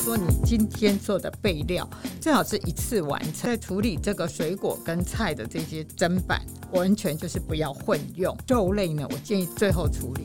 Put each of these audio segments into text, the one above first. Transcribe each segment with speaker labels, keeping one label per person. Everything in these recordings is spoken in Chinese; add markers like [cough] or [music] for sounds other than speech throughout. Speaker 1: 说你今天做的备料最好是一次完成。在处理这个水果跟菜的这些砧板，完全就是不要混用。肉类呢，我建议最后处理。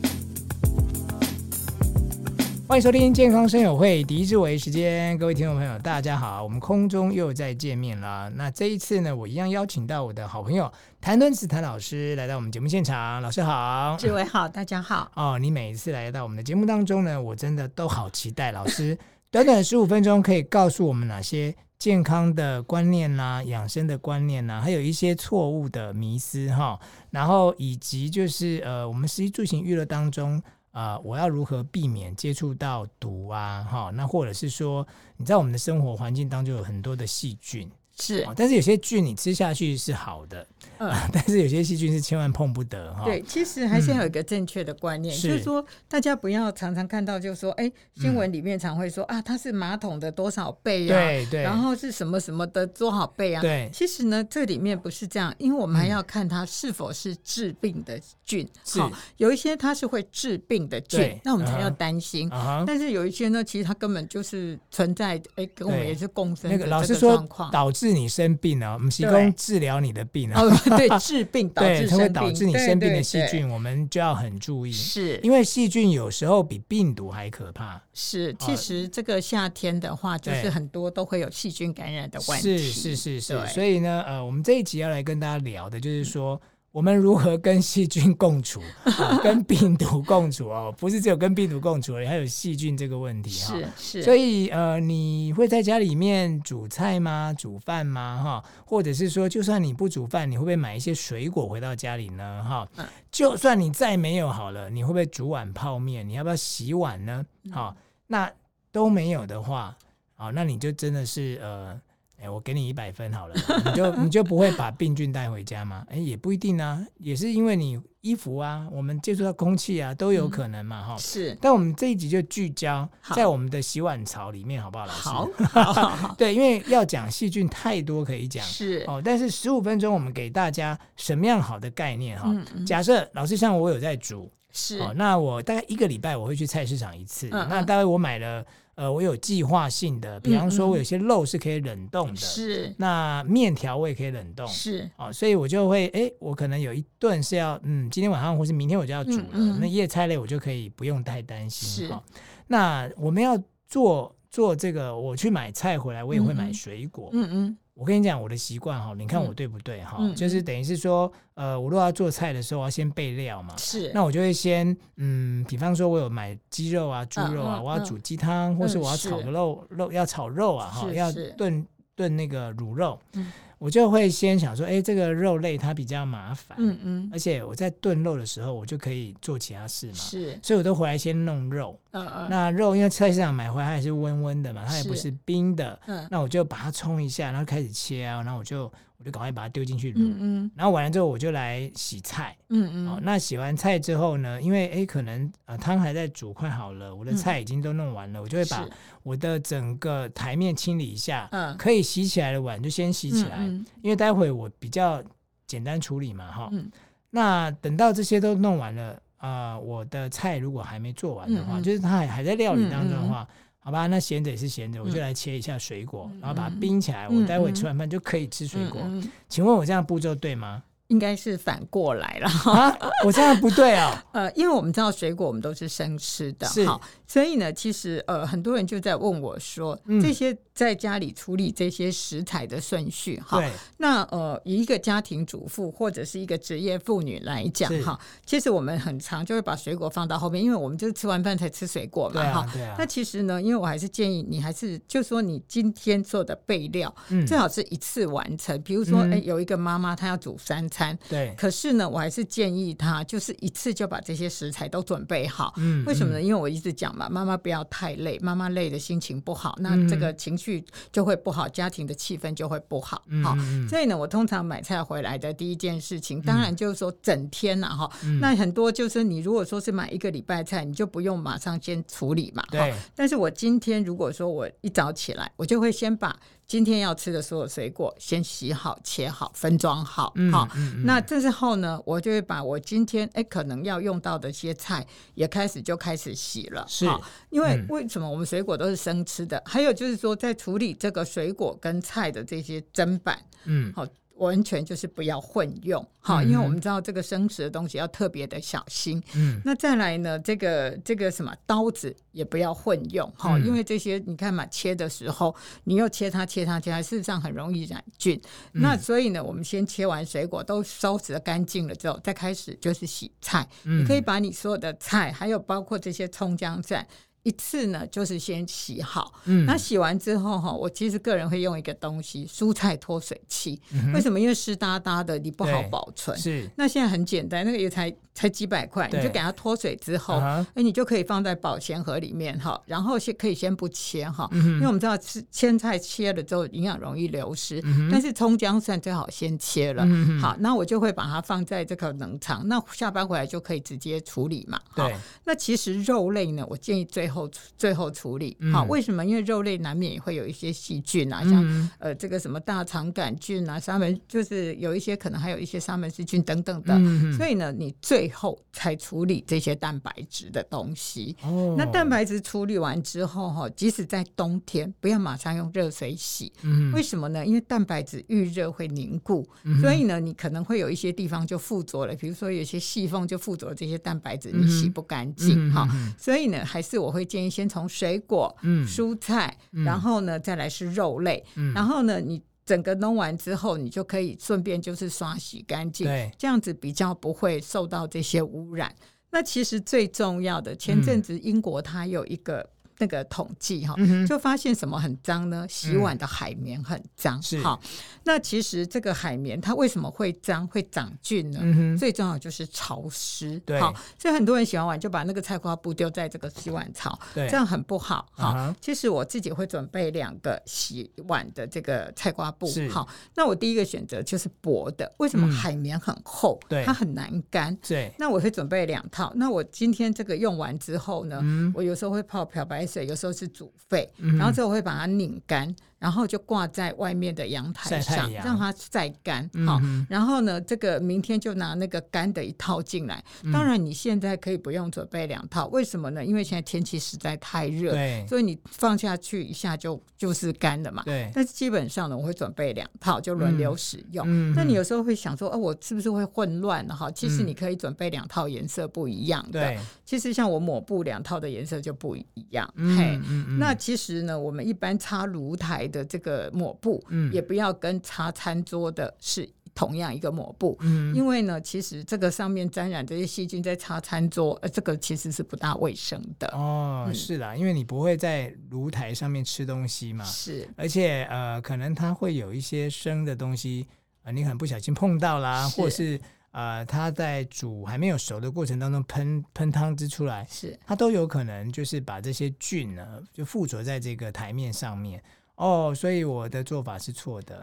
Speaker 2: 欢迎收听健康生友会狄志伟时间，各位听众朋友，大家好，我们空中又再见面了。那这一次呢，我一样邀请到我的好朋友谭敦子谭老师来到我们节目现场，老师好。
Speaker 1: 志伟好，大家好。
Speaker 2: 哦，你每一次来到我们的节目当中呢，我真的都好期待老师 [laughs] 短短十五分钟可以告诉我们哪些健康的观念啦、养生的观念啦，还有一些错误的迷思哈，然后以及就是呃，我们食衣住行娱乐当中。啊，我要如何避免接触到毒啊？哈，那或者是说，你在我们的生活环境当中有很多的细菌，
Speaker 1: 是
Speaker 2: 哦，但是有些菌你吃下去是好的，
Speaker 1: 嗯
Speaker 2: 啊 [laughs] 但是有些细菌是千万碰不得哈。
Speaker 1: 对，其实还是要有一个正确的观念，
Speaker 2: 嗯
Speaker 1: 就是
Speaker 2: 是嗯
Speaker 1: 说大家不要常常看到，就是说，哎，新闻里面常会说、啊，它是马桶的多少倍啊，
Speaker 2: 对对，
Speaker 1: 然后是什么什么的多少倍啊。
Speaker 2: 对
Speaker 1: 其实呢，这里面不是这样，因为我们还要看它是否是治病的菌。
Speaker 2: 嗯是
Speaker 1: 好有一些它是会治病的菌
Speaker 2: 对，
Speaker 1: 那我们才要
Speaker 2: 嗯哼
Speaker 1: 担心。
Speaker 2: 啊哈，
Speaker 1: 但是有一些呢，其实它根本就是存在，哎，跟我们
Speaker 2: 对
Speaker 1: 也是共生
Speaker 2: 那
Speaker 1: 的
Speaker 2: 个老
Speaker 1: 这
Speaker 2: 师
Speaker 1: 个
Speaker 2: 说
Speaker 1: 状况。
Speaker 2: 导致你生病啊了，我们提
Speaker 1: 对
Speaker 2: 供治疗你的病啊， [laughs]
Speaker 1: 哦，对，治病导
Speaker 2: 对，
Speaker 1: 致
Speaker 2: 它
Speaker 1: 生
Speaker 2: 会
Speaker 1: 病，
Speaker 2: 导致你
Speaker 1: 对
Speaker 2: 生病
Speaker 1: 对
Speaker 2: 的细
Speaker 1: 对
Speaker 2: 菌，我们就要很注意，
Speaker 1: 是
Speaker 2: 因为细菌有时候比病毒还可怕。
Speaker 1: 是，
Speaker 2: 啊
Speaker 1: 其实这个夏天的话，就是
Speaker 2: 对
Speaker 1: 很多都会有细菌感染的问题。
Speaker 2: 是是是是，
Speaker 1: 对
Speaker 2: 所以呢，呃，我们这一集要来跟大家聊的就是说。我们如何跟细菌共处、
Speaker 1: [laughs]
Speaker 2: 啊，跟病毒共处哦，不是只有跟病毒共处而已，还有细菌这个问题哈、
Speaker 1: 是是，
Speaker 2: 所以呃，你会在家里面煮菜吗？煮饭吗？哈，或者是说，就算你不煮饭，你会不会买一些水果回到家里呢？哈，
Speaker 1: 嗯
Speaker 2: 就算你再没有好了，你会不会煮碗泡面？你要不要洗碗呢？好、那都没有的话，好，那你就真的是呃。哎，我给你一百分好了，你就 [laughs] 你就不会把病菌带回家吗？哎，也不一定啊，也是因为你衣服啊，我们接触到空气啊，都有可能嘛，哈、
Speaker 1: 是
Speaker 2: 但我们这一集就聚焦
Speaker 1: 好
Speaker 2: 在我们的洗碗槽里面，好不好，老师？
Speaker 1: 好，好好
Speaker 2: [laughs]
Speaker 1: 好
Speaker 2: 对，因为要讲细菌太多可以讲
Speaker 1: 是
Speaker 2: 哦，但是十五分钟我们给大家什么样好的概念哈、
Speaker 1: 嗯嗯
Speaker 2: 假设老师像我有在煮，
Speaker 1: 是
Speaker 2: 哦，那我大概一个礼拜我会去菜市场一次，
Speaker 1: 嗯嗯
Speaker 2: 那大概我买了呃，我有计划性的，比方说我有些肉是可以冷冻的，
Speaker 1: 嗯是
Speaker 2: 那面条我也可以冷冻。
Speaker 1: 是
Speaker 2: 哦，所以我就会，哎，我可能有一顿是要，嗯，今天晚上或是明天我就要煮了，
Speaker 1: 嗯嗯
Speaker 2: 那叶菜类我就可以不用太担心
Speaker 1: 是
Speaker 2: 哦。那我们要做做这个，我去买菜回来，我也会
Speaker 1: 嗯
Speaker 2: 买
Speaker 1: 嗯
Speaker 2: 水果。
Speaker 1: 嗯嗯
Speaker 2: 我跟你讲我的习惯哈，你看我
Speaker 1: 嗯
Speaker 2: 对不对哈？
Speaker 1: 嗯
Speaker 2: 就是等于是说，呃，我如果要做菜的时候，我要先备料嘛。
Speaker 1: 是
Speaker 2: 那我就会先，嗯，比方说，我有买鸡肉啊、猪肉啊，
Speaker 1: 嗯嗯
Speaker 2: 我要煮鸡汤，或是
Speaker 1: 嗯
Speaker 2: 我要
Speaker 1: 是
Speaker 2: 炒个肉肉，要炒肉啊，哈，
Speaker 1: 是
Speaker 2: 要
Speaker 1: 是
Speaker 2: 炖炖那个卤肉
Speaker 1: 嗯，
Speaker 2: 我就会先想说，哎，这个肉类它比较麻烦，
Speaker 1: 嗯嗯
Speaker 2: 而且我在炖肉的时候，我就可以做其他事嘛，
Speaker 1: 是
Speaker 2: 所以我都回来先弄肉。
Speaker 1: 嗯嗯
Speaker 2: 那肉因为菜市场买回来它也是温温的嘛，它也不
Speaker 1: 是
Speaker 2: 是冰的，
Speaker 1: 嗯
Speaker 2: 那我就把它冲一下，然后开始切啊，然后我就我就赶快把它丢进去卤，
Speaker 1: 嗯嗯
Speaker 2: 然后完了之后我就来洗菜。
Speaker 1: 嗯
Speaker 2: 哦，
Speaker 1: 嗯
Speaker 2: 那洗完菜之后呢？因为诶，可能呃汤还在煮，快好了，我的菜已经都弄完了，我就会把
Speaker 1: 嗯是
Speaker 2: 我的整个台面清理一下，
Speaker 1: 嗯
Speaker 2: 可以洗起来的碗就先洗起来，
Speaker 1: 嗯
Speaker 2: 因为待会我比较简单处理嘛，哈。
Speaker 1: 嗯
Speaker 2: 那等到这些都弄完了，啊、我的菜如果还没做完的话，
Speaker 1: 嗯嗯嗯
Speaker 2: 就是它还还在料理当中的话。好吧，那闲着也是闲着，我就来切一下水果，
Speaker 1: 嗯
Speaker 2: 然后把它
Speaker 1: 嗯
Speaker 2: 冰起来。
Speaker 1: 嗯
Speaker 2: 我待会
Speaker 1: 嗯
Speaker 2: 吃完饭就可以吃水
Speaker 1: 嗯
Speaker 2: 果。
Speaker 1: 嗯嗯
Speaker 2: 请问我这样步骤
Speaker 1: [laughs]
Speaker 2: 对吗？
Speaker 1: 应该是反过来了。 [laughs]
Speaker 2: 啊，我这样不对哦。
Speaker 1: 呃，因为我们知道水果我们都是生吃的，
Speaker 2: 是
Speaker 1: 好，所以呢，其实呃，很多人就在问我说，
Speaker 2: 嗯
Speaker 1: 这些在家里处理这些食材的顺序，哈，
Speaker 2: 对，
Speaker 1: 那呃，以一个家庭主妇或者是一个职业妇女来讲
Speaker 2: 是
Speaker 1: 哈，其实我们很常就会把水果放到后面，因为我们就是吃完饭才吃水果
Speaker 2: 对
Speaker 1: 嘛哈。
Speaker 2: 啊，对啊。
Speaker 1: 那其实呢，因为我还是建议你还是就说你今天做的备料、
Speaker 2: 嗯
Speaker 1: 最好是一次完成。比如说，
Speaker 2: 嗯
Speaker 1: 哎、有一个妈妈她要煮三餐，
Speaker 2: 对，
Speaker 1: 可是呢，我还是建议她就是一次就把这些食材都准备好。
Speaker 2: 嗯
Speaker 1: 为什么呢？？因为我一直讲嘛，妈妈不要太累，妈妈累的心情不好，那
Speaker 2: 嗯
Speaker 1: 这个情绪就会不好，家庭的气氛就会不好。
Speaker 2: 嗯
Speaker 1: 好，
Speaker 2: 嗯
Speaker 1: 所以呢，我通常买菜回来的第一件事情，当然就是说整天呐、哈、
Speaker 2: 嗯
Speaker 1: 那很多就是你如果说是买一个礼拜菜，你就不用马上先处理嘛。哈
Speaker 2: 对，
Speaker 1: 但是我今天如果说我一早起来，我就会先把今天要吃的所有水果先洗好、切好、分装好，
Speaker 2: 嗯
Speaker 1: 好、
Speaker 2: 嗯嗯
Speaker 1: 那这时候呢，我就会把我今天哎可能要用到的一些菜，也开始就开始洗了。
Speaker 2: 是
Speaker 1: 好因为
Speaker 2: 嗯
Speaker 1: 为什么我们水果都是生吃的？还有就是说，在处理这个水果跟菜的这些砧板，
Speaker 2: 嗯
Speaker 1: 好，完全就是不要混用，好，
Speaker 2: 嗯
Speaker 1: 因为我们知道这个生食的东西要特别的小心。
Speaker 2: 嗯
Speaker 1: 那再来呢，这个这个什么刀子也不要混用，哈、
Speaker 2: 嗯
Speaker 1: 因为这些你看嘛，切的时候你又切它切它切它，事实上很容易染菌。
Speaker 2: 嗯
Speaker 1: 那所以呢，我们先切完水果都收拾得干净了之后，再开始就是洗菜。
Speaker 2: 嗯
Speaker 1: 你可以把你所有的菜，还有包括这些葱姜蒜。一次呢，就是先洗好。
Speaker 2: 嗯
Speaker 1: 那洗完之后哈，我其实个人会用一个东西，蔬菜脱水器。
Speaker 2: 嗯哼
Speaker 1: 为什么？因为湿哒哒的，你不好
Speaker 2: 对
Speaker 1: 保存。
Speaker 2: 是
Speaker 1: 那现在很简单，那个也才才几百块，
Speaker 2: 对
Speaker 1: 你就给它脱水之后，哎、
Speaker 2: 啊哈
Speaker 1: 你就可以放在保鲜盒里面哈，然后先可以先不切哈，
Speaker 2: 嗯哼
Speaker 1: 因为我们知道吃青菜切了之后营养容易流失，
Speaker 2: 嗯哼
Speaker 1: 但是葱姜蒜最好先切了。
Speaker 2: 嗯哼
Speaker 1: 好，那我就会把它放在这个冷藏，那下班回来就可以直接处理嘛。好
Speaker 2: 对，
Speaker 1: 那其实肉类呢，我建议最后处最后处理。
Speaker 2: 嗯
Speaker 1: 好，为什么？因为肉类难免也会有一些细菌啊，像
Speaker 2: 嗯
Speaker 1: 呃这个什么大肠杆菌啊、沙门，就是有一些可能还有一些沙门氏菌等等的。
Speaker 2: 嗯
Speaker 1: 所以呢，你最后才处理这些蛋白质的东西。
Speaker 2: 哦
Speaker 1: 那蛋白质处理完之后哈，即使在冬天，不要马上用热水洗，
Speaker 2: 嗯
Speaker 1: 为什么呢？因为蛋白质遇热会凝固，
Speaker 2: 嗯
Speaker 1: 所以呢，你可能会有一些地方就附着了，比如说有些细缝就附着这些蛋白质，
Speaker 2: 嗯
Speaker 1: 你洗不干净
Speaker 2: 嗯
Speaker 1: 哈。
Speaker 2: 嗯
Speaker 1: 所以呢，还是我会建议先从水果、
Speaker 2: 嗯
Speaker 1: 蔬菜，
Speaker 2: 嗯
Speaker 1: 然后呢再来是肉类，
Speaker 2: 嗯
Speaker 1: 然后呢你整个弄完之后，你就可以顺便就是刷洗干净，
Speaker 2: 对
Speaker 1: 这样子比较不会受到这些污染。那其实最重要的，前阵子英国它有一个、那个统计哈，
Speaker 2: 嗯哼
Speaker 1: 就发现什么很脏呢？洗碗的海绵很脏。
Speaker 2: 是
Speaker 1: 好，那其实这个海绵它为什么会脏、会长菌呢？
Speaker 2: 嗯哼
Speaker 1: 最重要就是潮湿。
Speaker 2: 对
Speaker 1: 好，所以很多人洗完碗就把那个菜瓜布丢在这个洗碗槽，
Speaker 2: 对
Speaker 1: 这样很不好。
Speaker 2: 啊
Speaker 1: 好，
Speaker 2: 哈
Speaker 1: 其实我自己会准备两个洗碗的这个菜瓜布
Speaker 2: 是。
Speaker 1: 好，那我第一个选择就是薄的，为什么
Speaker 2: 嗯
Speaker 1: 海绵很厚，
Speaker 2: 对
Speaker 1: 它很难干。
Speaker 2: 对
Speaker 1: 那我会准备两套。那我今天这个用完之后呢，
Speaker 2: 嗯
Speaker 1: 我有时候会泡漂白水，有时候是煮沸，然后之后我会把它拧干，然后就挂在外面的阳台
Speaker 2: 晒太
Speaker 1: 上，
Speaker 2: 阳
Speaker 1: 让它晒干。
Speaker 2: 嗯
Speaker 1: 好、
Speaker 2: 哼
Speaker 1: 然后呢，这个明天就拿那个干的一套进来。
Speaker 2: 嗯
Speaker 1: 当然，你现在可以不用准备两套，为什么呢？因为现在天气实在太热，
Speaker 2: 对
Speaker 1: 所以你放下去一下就就是干了嘛。
Speaker 2: 对
Speaker 1: 但是基本上呢，我会准备两套，就轮流使用。
Speaker 2: 嗯
Speaker 1: 那你
Speaker 2: 嗯
Speaker 1: 有时候会想说，哦、我是不是会混乱了哈？其实
Speaker 2: 嗯
Speaker 1: 你可以准备两套颜色不一样的。
Speaker 2: 对
Speaker 1: 其实像我抹布两套的颜色就不一样。嘿
Speaker 2: 嗯，嗯嗯
Speaker 1: 那其实呢，我们一般擦炉台的这个抹布，
Speaker 2: 嗯
Speaker 1: 也不要跟擦餐桌的是同样一个抹布。
Speaker 2: 嗯
Speaker 1: 因为呢，其实这个上面沾染这些细菌在擦餐桌，呃，这个其实是不大卫生的。
Speaker 2: 哦
Speaker 1: 嗯
Speaker 2: 是啦，因为你不会在炉台上面吃东西嘛，
Speaker 1: 是，
Speaker 2: 而且呃，可能它会有一些生的东西，呃，你可能不小心碰到啦，
Speaker 1: 是
Speaker 2: 或是呃，它在煮还没有熟的过程当中喷喷汤汁出来，
Speaker 1: 是，
Speaker 2: 它都有可能就是把这些菌呢就附着在这个台面上面。哦，所以我的做法是错的，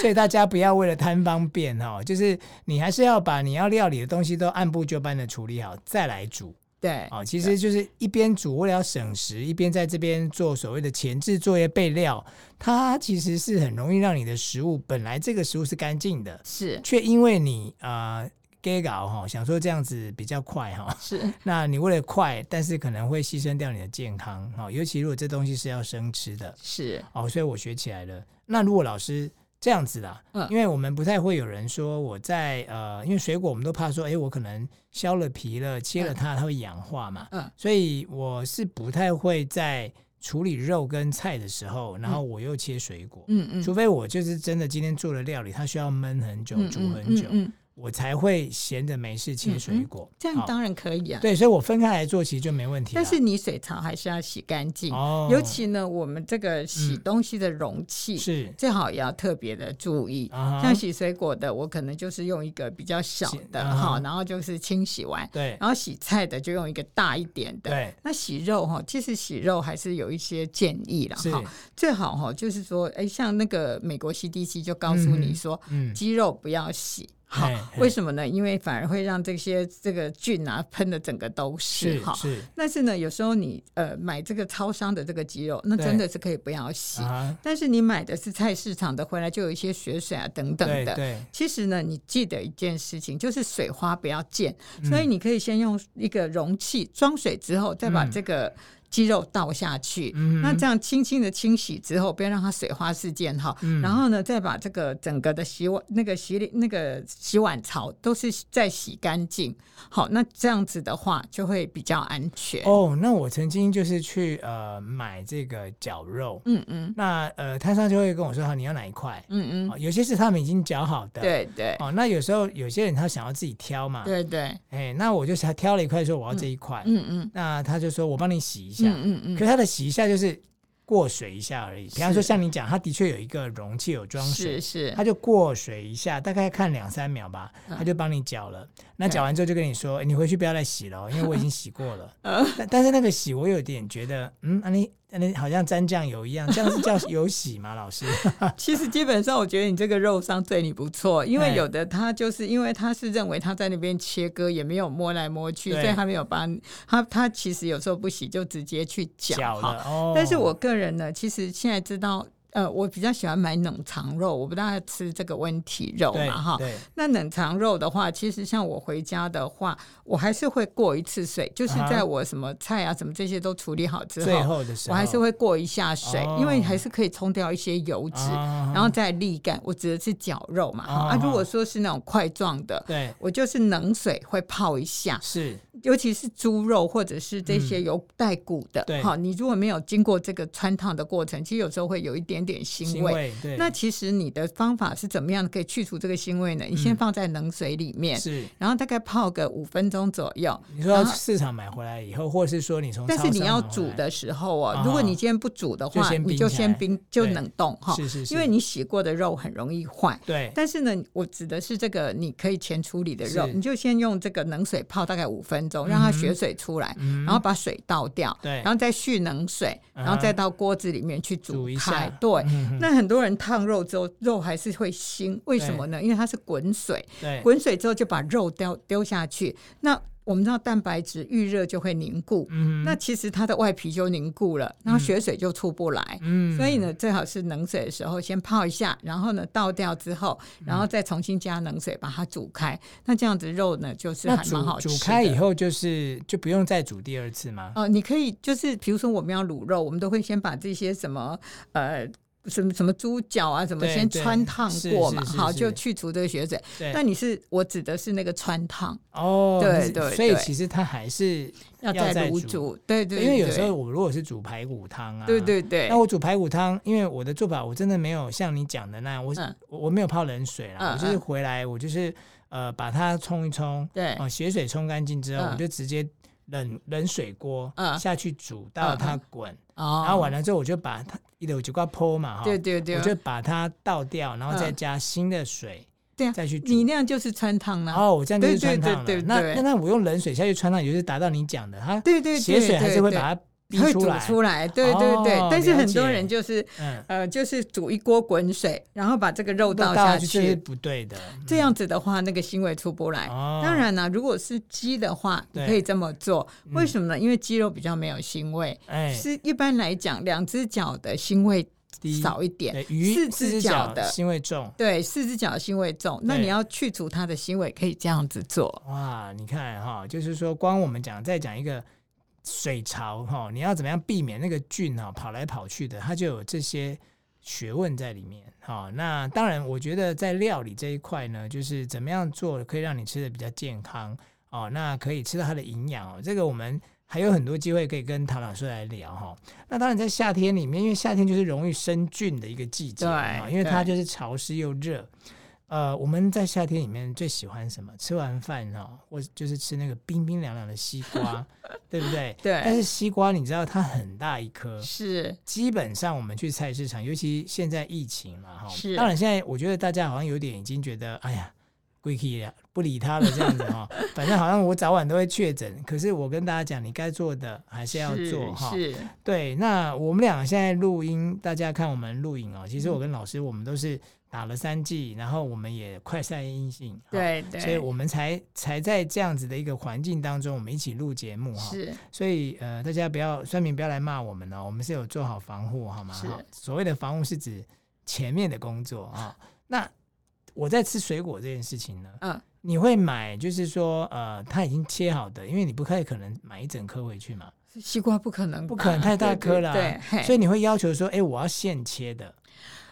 Speaker 2: 所以大家不要为了贪方便哦，就是你还是要把你要料理的东西都按部就班的处理好，再来煮。
Speaker 1: 哎对，
Speaker 2: 哦，其实就是一边煮，为了要省时，一边在这边做所谓的前置作业备料，它其实是很容易让你的食物本来这个食物是干净的，
Speaker 1: 是
Speaker 2: 却因为你呃 gay 搞哈，想说这样子比较快哈、
Speaker 1: 是，
Speaker 2: 那你为了快，但是可能会牺牲掉你的健康哈、哦，尤其如果这东西是要生吃的
Speaker 1: 是，
Speaker 2: 哦，所以我学起来了。那如果老师这样子啦，
Speaker 1: 嗯
Speaker 2: 因为我们不太会有人说我在呃，因为水果我们都怕说，哎，我可能削了皮了，切了它，它会氧化嘛。
Speaker 1: 嗯，
Speaker 2: 所以我是不太会在处理肉跟菜的时候，然后我又切水果，
Speaker 1: 嗯嗯，
Speaker 2: 除非我就是真的今天做了料理，它需要焖很久、
Speaker 1: 嗯
Speaker 2: 煮很久，
Speaker 1: 嗯嗯嗯嗯
Speaker 2: 我才会闲着没事切水果。
Speaker 1: 这样
Speaker 2: 好
Speaker 1: 当然可以啊。
Speaker 2: 对，所以我分开来做其实就没问题啦。
Speaker 1: 但是你水槽还是要洗干净，
Speaker 2: 哦，
Speaker 1: 尤其呢，我们这个洗
Speaker 2: 嗯
Speaker 1: 东西的容器、
Speaker 2: 是
Speaker 1: 最好也要特别的注意。
Speaker 2: 嗯啊哈
Speaker 1: 像洗水果的，我可能就是用一个比较小
Speaker 2: 洗
Speaker 1: 的
Speaker 2: 啊哈
Speaker 1: 哈、然后就是清洗完，
Speaker 2: 对
Speaker 1: 然后洗菜的就用一个大一点的。
Speaker 2: 对
Speaker 1: 那洗肉哈，其实洗肉还是有一些建议啦
Speaker 2: 是
Speaker 1: 哈。最好哈，就是说，哎，像那个美国 CDC 就告诉你说，
Speaker 2: 嗯
Speaker 1: 鸡肉不要洗。好
Speaker 2: 哎，
Speaker 1: 为什么呢？因为反而会让这些这个菌啊喷的整个都是
Speaker 2: 是
Speaker 1: 哈。
Speaker 2: 是
Speaker 1: 但是呢，有时候你呃买这个超商的这个鸡肉，那
Speaker 2: 对
Speaker 1: 真的是可以不要洗。
Speaker 2: 啊，
Speaker 1: 但是你买的是菜市场的，回来就有一些血水啊等等
Speaker 2: 对
Speaker 1: 的。
Speaker 2: 对，
Speaker 1: 其实呢，你记得一件事情，就是水花不要溅，
Speaker 2: 嗯
Speaker 1: 所以你可以先用一个容器装水之后，再把
Speaker 2: 嗯
Speaker 1: 这个鸡肉倒下去。
Speaker 2: 嗯
Speaker 1: 那这样轻轻的清洗之后，不要让它水花四溅哈。
Speaker 2: 嗯
Speaker 1: 然后呢，再把这个整个的洗碗那个洗那个洗碗槽都是再洗干净。好，那这样子的话就会比较安全。
Speaker 2: 哦，那我曾经就是去呃买这个绞肉，
Speaker 1: 嗯嗯
Speaker 2: 那呃摊商就会跟我说，好，你要哪一块？
Speaker 1: 嗯嗯，
Speaker 2: 哦，有些是他们已经绞好的，，
Speaker 1: 对对
Speaker 2: 哦，那有时候有些人他想要自己挑嘛，
Speaker 1: 对对，
Speaker 2: 哎，那我就想挑了一块，说我要这一块，
Speaker 1: 嗯嗯
Speaker 2: 那他就说我帮你洗一下，
Speaker 1: 嗯嗯嗯
Speaker 2: 可是它的洗一下就是过水一下而已。比方说
Speaker 1: 是
Speaker 2: 像你讲，它的确有一个容器有装
Speaker 1: 嗯，是
Speaker 2: 水， [laughs]
Speaker 1: 是
Speaker 2: 它，就过水一下，大概看两三秒吧，
Speaker 1: 嗯
Speaker 2: 它就帮你搅了。那
Speaker 1: 对
Speaker 2: 搅完之后就跟你说，诶哎你回去不要再洗了哦，因为我已经洗过
Speaker 1: [laughs]
Speaker 2: 了。但但是那个洗我有点觉得，嗯，啊、你啊你好像沾酱油一
Speaker 1: [laughs]
Speaker 2: 样，这样是叫有洗吗？老师？
Speaker 1: 其实基本上，我觉得你这个肉商对你不错，因
Speaker 2: 哎
Speaker 1: 为有的他就是因为他是认为他在那边切割也没有摸来摸去，
Speaker 2: 对
Speaker 1: 所以他没有帮你他他其实有时候不洗就直接去
Speaker 2: 搅
Speaker 1: 搅哈。
Speaker 2: 了哦。
Speaker 1: 但是我个人呢，其实现在知道。呃，我比较喜欢买冷藏肉，我不大吃这个温体肉
Speaker 2: 对
Speaker 1: 嘛，哈。
Speaker 2: 对
Speaker 1: 那冷藏肉的话，其实像我回家的话，我还是会过一次水，就是
Speaker 2: 啊哈
Speaker 1: 在我什么菜啊、什么这些都处理好之
Speaker 2: 最
Speaker 1: 后，
Speaker 2: 后的时
Speaker 1: 我
Speaker 2: 候
Speaker 1: 还是会过一下水，因为
Speaker 2: 哦
Speaker 1: 还是可以冲掉一些油脂。
Speaker 2: 啊
Speaker 1: 然后再沥干。我指的是绞肉嘛，哈
Speaker 2: 啊
Speaker 1: 啊，如果说是那种块状的。
Speaker 2: 对
Speaker 1: 我就是冷水会泡一下，
Speaker 2: 是
Speaker 1: 尤其是猪肉或者是这些有带骨的
Speaker 2: 嗯对，
Speaker 1: 好、你如果没有经过这个穿烫的过程，其实有时候会有一点点腥
Speaker 2: 腥
Speaker 1: 味。
Speaker 2: 味对
Speaker 1: 那其实你的方法是怎么样可以去除这个腥味呢？你先放在冷水里面，
Speaker 2: 嗯是。
Speaker 1: 然后大概泡个五分钟左右。
Speaker 2: 你说
Speaker 1: 然后
Speaker 2: 市场买回来以后，或是说你从
Speaker 1: 但是
Speaker 2: 超
Speaker 1: 你
Speaker 2: 商
Speaker 1: 要
Speaker 2: 买回
Speaker 1: 煮
Speaker 2: 来，
Speaker 1: 的时候哦
Speaker 2: 啊，
Speaker 1: 如果你今天不煮的
Speaker 2: 就
Speaker 1: 话，
Speaker 2: 先冰
Speaker 1: 你就
Speaker 2: 起
Speaker 1: 先
Speaker 2: 来
Speaker 1: 冰就
Speaker 2: 对
Speaker 1: 冷冻哈，
Speaker 2: 是是是，
Speaker 1: 因为你洗过的肉很容易坏。
Speaker 2: 对
Speaker 1: 但是呢，我指的是这个你可以前处理的肉，
Speaker 2: 是
Speaker 1: 你就先用这个冷水泡大概五分钟，让它
Speaker 2: 嗯哼
Speaker 1: 血水出来，
Speaker 2: 嗯
Speaker 1: 然后把水倒掉，
Speaker 2: 对
Speaker 1: 然后再蓄冷水，
Speaker 2: 嗯哼
Speaker 1: 然后再到锅子里面去煮
Speaker 2: 煮一
Speaker 1: 开。
Speaker 2: 下，
Speaker 1: 对，
Speaker 2: 嗯哼
Speaker 1: 那很多人烫肉之后，肉还是会腥，为什么呢？因为它是滚水，
Speaker 2: 对
Speaker 1: 滚水之后就把肉丢丢下去。那我们知道蛋白质遇热就会凝固，
Speaker 2: 嗯哼
Speaker 1: 那其实它的外皮就凝固了，然后血水就出不来。
Speaker 2: 嗯
Speaker 1: 所以呢，最好是冷水的时候先泡一下，然后呢倒掉之后，
Speaker 2: 嗯
Speaker 1: 然后再重新加冷水把它煮开。那这样子肉呢，就是
Speaker 2: 那
Speaker 1: 还蛮
Speaker 2: 煮
Speaker 1: 好吃
Speaker 2: 煮
Speaker 1: 的。
Speaker 2: 开以后就是就不用再煮第二次吗？
Speaker 1: 哦、你可以就是比如说我们要卤肉，我们都会先把这些什么呃。什么什么猪脚啊，什么
Speaker 2: 对
Speaker 1: 先
Speaker 2: 对
Speaker 1: 穿烫
Speaker 2: 是
Speaker 1: 过
Speaker 2: 是
Speaker 1: 嘛，
Speaker 2: 是
Speaker 1: 好
Speaker 2: 是
Speaker 1: 就去除这个血水。
Speaker 2: 对
Speaker 1: 嗯但你是我指的是那个穿烫，
Speaker 2: 哦，
Speaker 1: 对
Speaker 2: 你是
Speaker 1: 对
Speaker 2: 所以
Speaker 1: 对
Speaker 2: 其实它还是
Speaker 1: 要
Speaker 2: 要再
Speaker 1: 再卤
Speaker 2: 煮
Speaker 1: 煮，对对对，
Speaker 2: 因为有时候我如果是煮排骨汤啊，
Speaker 1: 对对对
Speaker 2: 那，我煮排骨汤，因为我的做法我真的没有像你讲的那样，我、
Speaker 1: 嗯
Speaker 2: 我我没有泡冷水啦，
Speaker 1: 嗯
Speaker 2: 我就是
Speaker 1: 嗯
Speaker 2: 回来我就是呃把它冲一冲，
Speaker 1: 对
Speaker 2: 哦、血水冲干净之后，
Speaker 1: 嗯
Speaker 2: 我就直接冷冷水锅、
Speaker 1: 嗯
Speaker 2: 下去煮到它滚，
Speaker 1: 哦，
Speaker 2: 然后完了之后我就把它一有几块泼嘛哈，
Speaker 1: 对对对，
Speaker 2: 我就把它倒掉，然后再
Speaker 1: 嗯
Speaker 2: 加新的水，
Speaker 1: 对啊
Speaker 2: 再去
Speaker 1: 你
Speaker 2: 煮。
Speaker 1: 那样就是穿烫了。
Speaker 2: 哦，我这样就是
Speaker 1: 对
Speaker 2: 穿
Speaker 1: 对
Speaker 2: 烫了。
Speaker 1: 对对
Speaker 2: 那
Speaker 1: 对
Speaker 2: 那那我用冷水下去穿烫，也就是达到你讲的，它
Speaker 1: 对对对，
Speaker 2: 血水还是
Speaker 1: 对
Speaker 2: 会
Speaker 1: 对
Speaker 2: 把它逼
Speaker 1: 会
Speaker 2: 出
Speaker 1: 煮
Speaker 2: 来。
Speaker 1: 出来，对对对。
Speaker 2: 哦
Speaker 1: 但是
Speaker 2: 了
Speaker 1: 很多
Speaker 2: 解
Speaker 1: 人就是
Speaker 2: 嗯，
Speaker 1: 呃，就是煮一锅滚水，然后把这个肉倒
Speaker 2: 倒
Speaker 1: 下
Speaker 2: 去这是
Speaker 1: 去，
Speaker 2: 不对的。
Speaker 1: 这样子的话，那个腥味出不来。
Speaker 2: 哦
Speaker 1: 当然啦，如果是鸡的话，你
Speaker 2: 对
Speaker 1: 可以这么做。
Speaker 2: 嗯
Speaker 1: 为什么呢？因为鸡肉比较没有腥味。
Speaker 2: 哎，
Speaker 1: 是一般来讲，两只脚的腥味
Speaker 2: 低
Speaker 1: 少一点，
Speaker 2: 对鱼
Speaker 1: 四
Speaker 2: 四
Speaker 1: 只
Speaker 2: 脚
Speaker 1: 脚的
Speaker 2: 腥味重。
Speaker 1: 对，四只脚的腥味重。那
Speaker 2: 对
Speaker 1: 你要去除它的腥味，可以这样子做。
Speaker 2: 哇，你看哈，就是说，光我们讲再讲一个水槽哈，你要怎么样避免那个菌哈跑来跑去的，它就有这些学问在里面哈。那当然，我觉得在料理这一块呢，就是怎么样做可以让你吃的比较健康哦，那可以吃到它的营养哦。这个我们还有很多机会可以跟唐老师来聊哈。那当然，在夏天里面，因为夏天就是容易生菌的一个季节
Speaker 1: 对
Speaker 2: 嘛，因为它
Speaker 1: 对
Speaker 2: 就是潮湿又热。呃，我们在夏天里面最喜欢什么？吃完饭哦，或就是吃那个冰冰凉凉的西瓜， [laughs] 对不对？
Speaker 1: 对
Speaker 2: 但是西瓜你知道它很大一颗，
Speaker 1: 是，
Speaker 2: 基本上我们去菜市场，尤其现在疫情嘛，哈，
Speaker 1: 是
Speaker 2: 当然现在我觉得大家好像有点已经觉得，哎呀，归去了，不理他了这样子
Speaker 1: [laughs]
Speaker 2: 哈，反正好像我早晚都会确诊。可是我跟大家讲，你该做的还是要做哈。
Speaker 1: 是，嗯
Speaker 2: 对，那我们俩现在录音，大家看我们录影哦。其实我跟老师，我们都是打了三剂，然后我们也快筛阴性，哈，
Speaker 1: 对对，
Speaker 2: 所以我们才才在这样子的一个环境当中，我们一起录节目哈。
Speaker 1: 是
Speaker 2: 所以呃，大家不要酸民不要来骂我们哦，我们是有做好防护好吗？
Speaker 1: 是
Speaker 2: 哈所谓的防护是指前面的工作啊、那我在吃水果这件事情呢，
Speaker 1: 嗯，
Speaker 2: 你会买就是说呃，它已经切好的，因为你不太可能买一整颗回去嘛，
Speaker 1: 西瓜不可能吧，
Speaker 2: 不可能太大颗了啊、
Speaker 1: 对，对
Speaker 2: 所
Speaker 1: 以
Speaker 2: 以你会要求说，哎、我要现切的，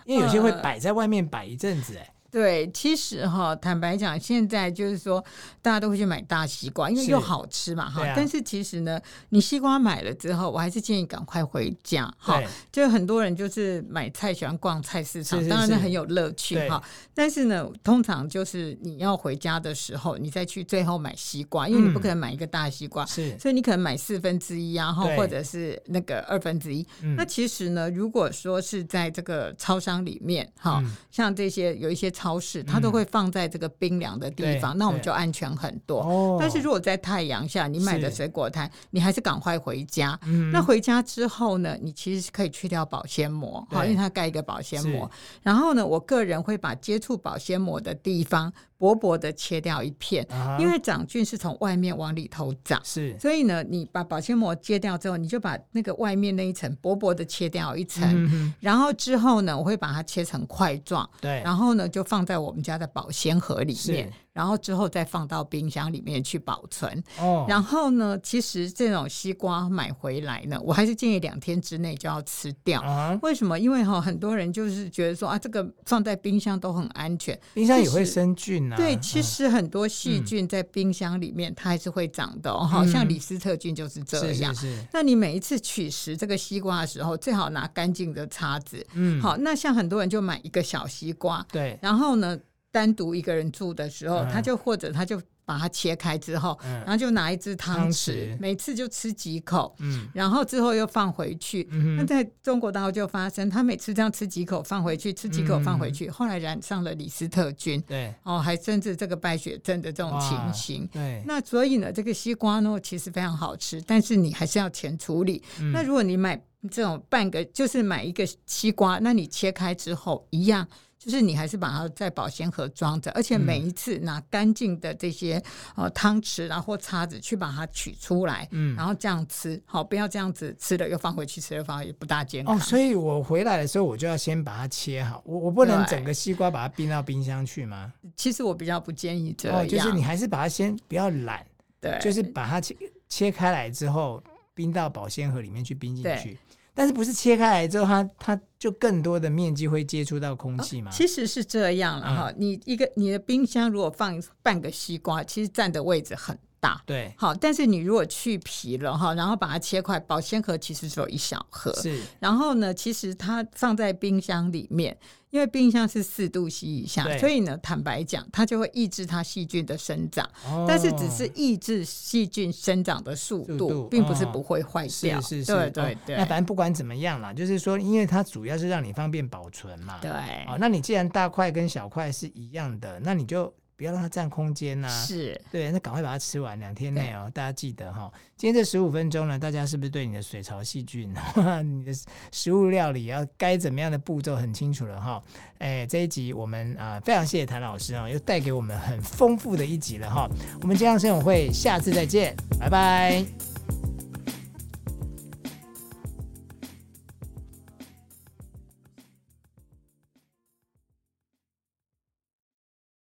Speaker 2: 因为有些会
Speaker 1: 呃
Speaker 2: 摆在外面摆一阵子、哎、
Speaker 1: 对，其实哈，坦白讲，现在就是说，大家都会去买大西瓜，因为
Speaker 2: 是
Speaker 1: 又好吃嘛哈。
Speaker 2: 对啊
Speaker 1: 但是其实呢，你西瓜买了之后，我还是建议赶快回家哈。
Speaker 2: 对，
Speaker 1: 就很多人就是买菜喜欢逛菜市场，
Speaker 2: 是是
Speaker 1: 当然
Speaker 2: 是
Speaker 1: 那很有乐趣
Speaker 2: 对
Speaker 1: 哈。但是呢，通常就是你要回家的时候，你再去最后买西瓜，因为你不
Speaker 2: 嗯
Speaker 1: 可能买一个大西瓜，
Speaker 2: 是，
Speaker 1: 所以你可能买四分之一啊，哈
Speaker 2: 对，
Speaker 1: 或者是那个二分之一。
Speaker 2: 嗯
Speaker 1: 那其实呢，如果说是在这个超商里面，哈、
Speaker 2: 嗯
Speaker 1: 像这些有一些超市，它
Speaker 2: 嗯
Speaker 1: 都会放在这个冰凉的地方，
Speaker 2: 对
Speaker 1: 那我们
Speaker 2: 对
Speaker 1: 就安全很多。
Speaker 2: 哦
Speaker 1: 但是如果在太阳下，你买的
Speaker 2: 是
Speaker 1: 水果摊，你还是赶快回家。
Speaker 2: 嗯
Speaker 1: 那回家之后呢，你其实是可以去掉保鲜膜，哈，
Speaker 2: 对
Speaker 1: 因为它盖一个保鲜膜。然后呢，我个人会把接触保鲜膜的地方薄薄的切掉一片，
Speaker 2: 啊哈
Speaker 1: 因为长菌是从外面往里头长。
Speaker 2: 是
Speaker 1: 所以呢，你把保鲜膜揭掉之后，你就把那个外面那一层薄薄的切掉一层，
Speaker 2: 嗯哼
Speaker 1: 然后之后呢，我会把它切成块状，
Speaker 2: 对，
Speaker 1: 然后呢就放在我们家的保鲜盒里面
Speaker 2: 是，
Speaker 1: 然后之后再放到冰箱里面去保存。
Speaker 2: 哦，
Speaker 1: 然后呢，其实这种西瓜买回来呢，我还是建议两天之内就要吃掉。
Speaker 2: 啊哈，
Speaker 1: 为什么？因为哈，很多人就是觉得说啊，这个放在冰箱都很安全。
Speaker 2: 冰箱也
Speaker 1: 其
Speaker 2: 会
Speaker 1: 实
Speaker 2: 生菌啊。
Speaker 1: 对，其
Speaker 2: 嗯
Speaker 1: 实很多细菌在冰箱里面，它还是会长的、哦，好、
Speaker 2: 嗯
Speaker 1: 像李斯特菌就是这
Speaker 2: 是
Speaker 1: 样。
Speaker 2: 嗯是是，
Speaker 1: 那你每一次取食这个西瓜的时候，最好拿干净的叉子。
Speaker 2: 嗯，
Speaker 1: 好，那像很多人就买一个小西瓜，
Speaker 2: 对，
Speaker 1: 然后呢，单独一个人住的时候，
Speaker 2: 嗯
Speaker 1: 他就或者他就把它切开之后，
Speaker 2: 嗯
Speaker 1: 然后就拿一支汤
Speaker 2: 汤
Speaker 1: 匙
Speaker 2: 匙，
Speaker 1: 每次就吃几口，
Speaker 2: 嗯
Speaker 1: 然后之后又放回去。那
Speaker 2: 嗯哼，
Speaker 1: 在中国大陆就发生，他每次这样吃几口放回去，吃几口放回
Speaker 2: 嗯
Speaker 1: 去，后来染上了李斯特菌。
Speaker 2: 对
Speaker 1: 哦，还甚至这个败血症的这种情
Speaker 2: 哇
Speaker 1: 形。
Speaker 2: 对，
Speaker 1: 那所以呢，这个西瓜呢其实非常好吃，但是你还是要前处理。
Speaker 2: 嗯
Speaker 1: 那如果你买这种半个，就是买一个西瓜，那你切开之后一样，就是你还是把它在保鲜盒装
Speaker 2: 嗯
Speaker 1: 着，而且每一次拿干净的这些呃汤匙然后或叉子去把它取出来，
Speaker 2: 嗯
Speaker 1: 然后这样吃，好，不要这样子吃了又放回去，吃了又放回去，不大健康。
Speaker 2: 哦，所以我回来的时候，我就要先把它切好，我我不能
Speaker 1: 对
Speaker 2: 整个西瓜把它冰到冰箱去吗？
Speaker 1: 其实我比较不建议这样，
Speaker 2: 哦，就是你还是把它先不要懒，
Speaker 1: 对，
Speaker 2: 就是把它切切开来之后，冰到保鲜盒里面去冰进
Speaker 1: 对
Speaker 2: 去。但是不是切开来之后，它它就更多的面积会接触到空气吗？
Speaker 1: 哦其实是这样了
Speaker 2: 嗯
Speaker 1: 哈、你一个你的冰箱如果放半个西瓜，其实占的位置很大。
Speaker 2: 对，
Speaker 1: 好，但是你如果去皮了哈，然后把它切块，保鲜盒其实只有一小盒。
Speaker 2: 是，
Speaker 1: 然后呢，其实它放在冰箱里面，因为冰箱是四度 C 以下，
Speaker 2: 对
Speaker 1: 所以呢，坦白讲，它就会抑制它细菌的生长，
Speaker 2: 哦
Speaker 1: 但是只是抑制细菌生长的速
Speaker 2: 速
Speaker 1: 度，
Speaker 2: 度
Speaker 1: 并不是
Speaker 2: 哦
Speaker 1: 不会坏
Speaker 2: 是
Speaker 1: 掉。
Speaker 2: 是是，
Speaker 1: 对
Speaker 2: 哦
Speaker 1: 对对、
Speaker 2: 那反正不管怎么样啦，就是说，因为它主要是让你方便保存嘛。
Speaker 1: 对、
Speaker 2: 哦，那你既然大块跟小块是一样的，那你就不要让它占空间呐、
Speaker 1: 是。
Speaker 2: 对，那赶快把它吃完，两天内哦，大家记得哈、今天这十五分钟呢，大家是不是对你的水槽细菌、 [laughs] 你的食物料理要该怎么样的步骤很清楚了哈、哎，这一集我们啊、呃非常谢谢谭老师啊、又带给我们很丰富的一集了哈、我们健康生活会下次再见，拜拜。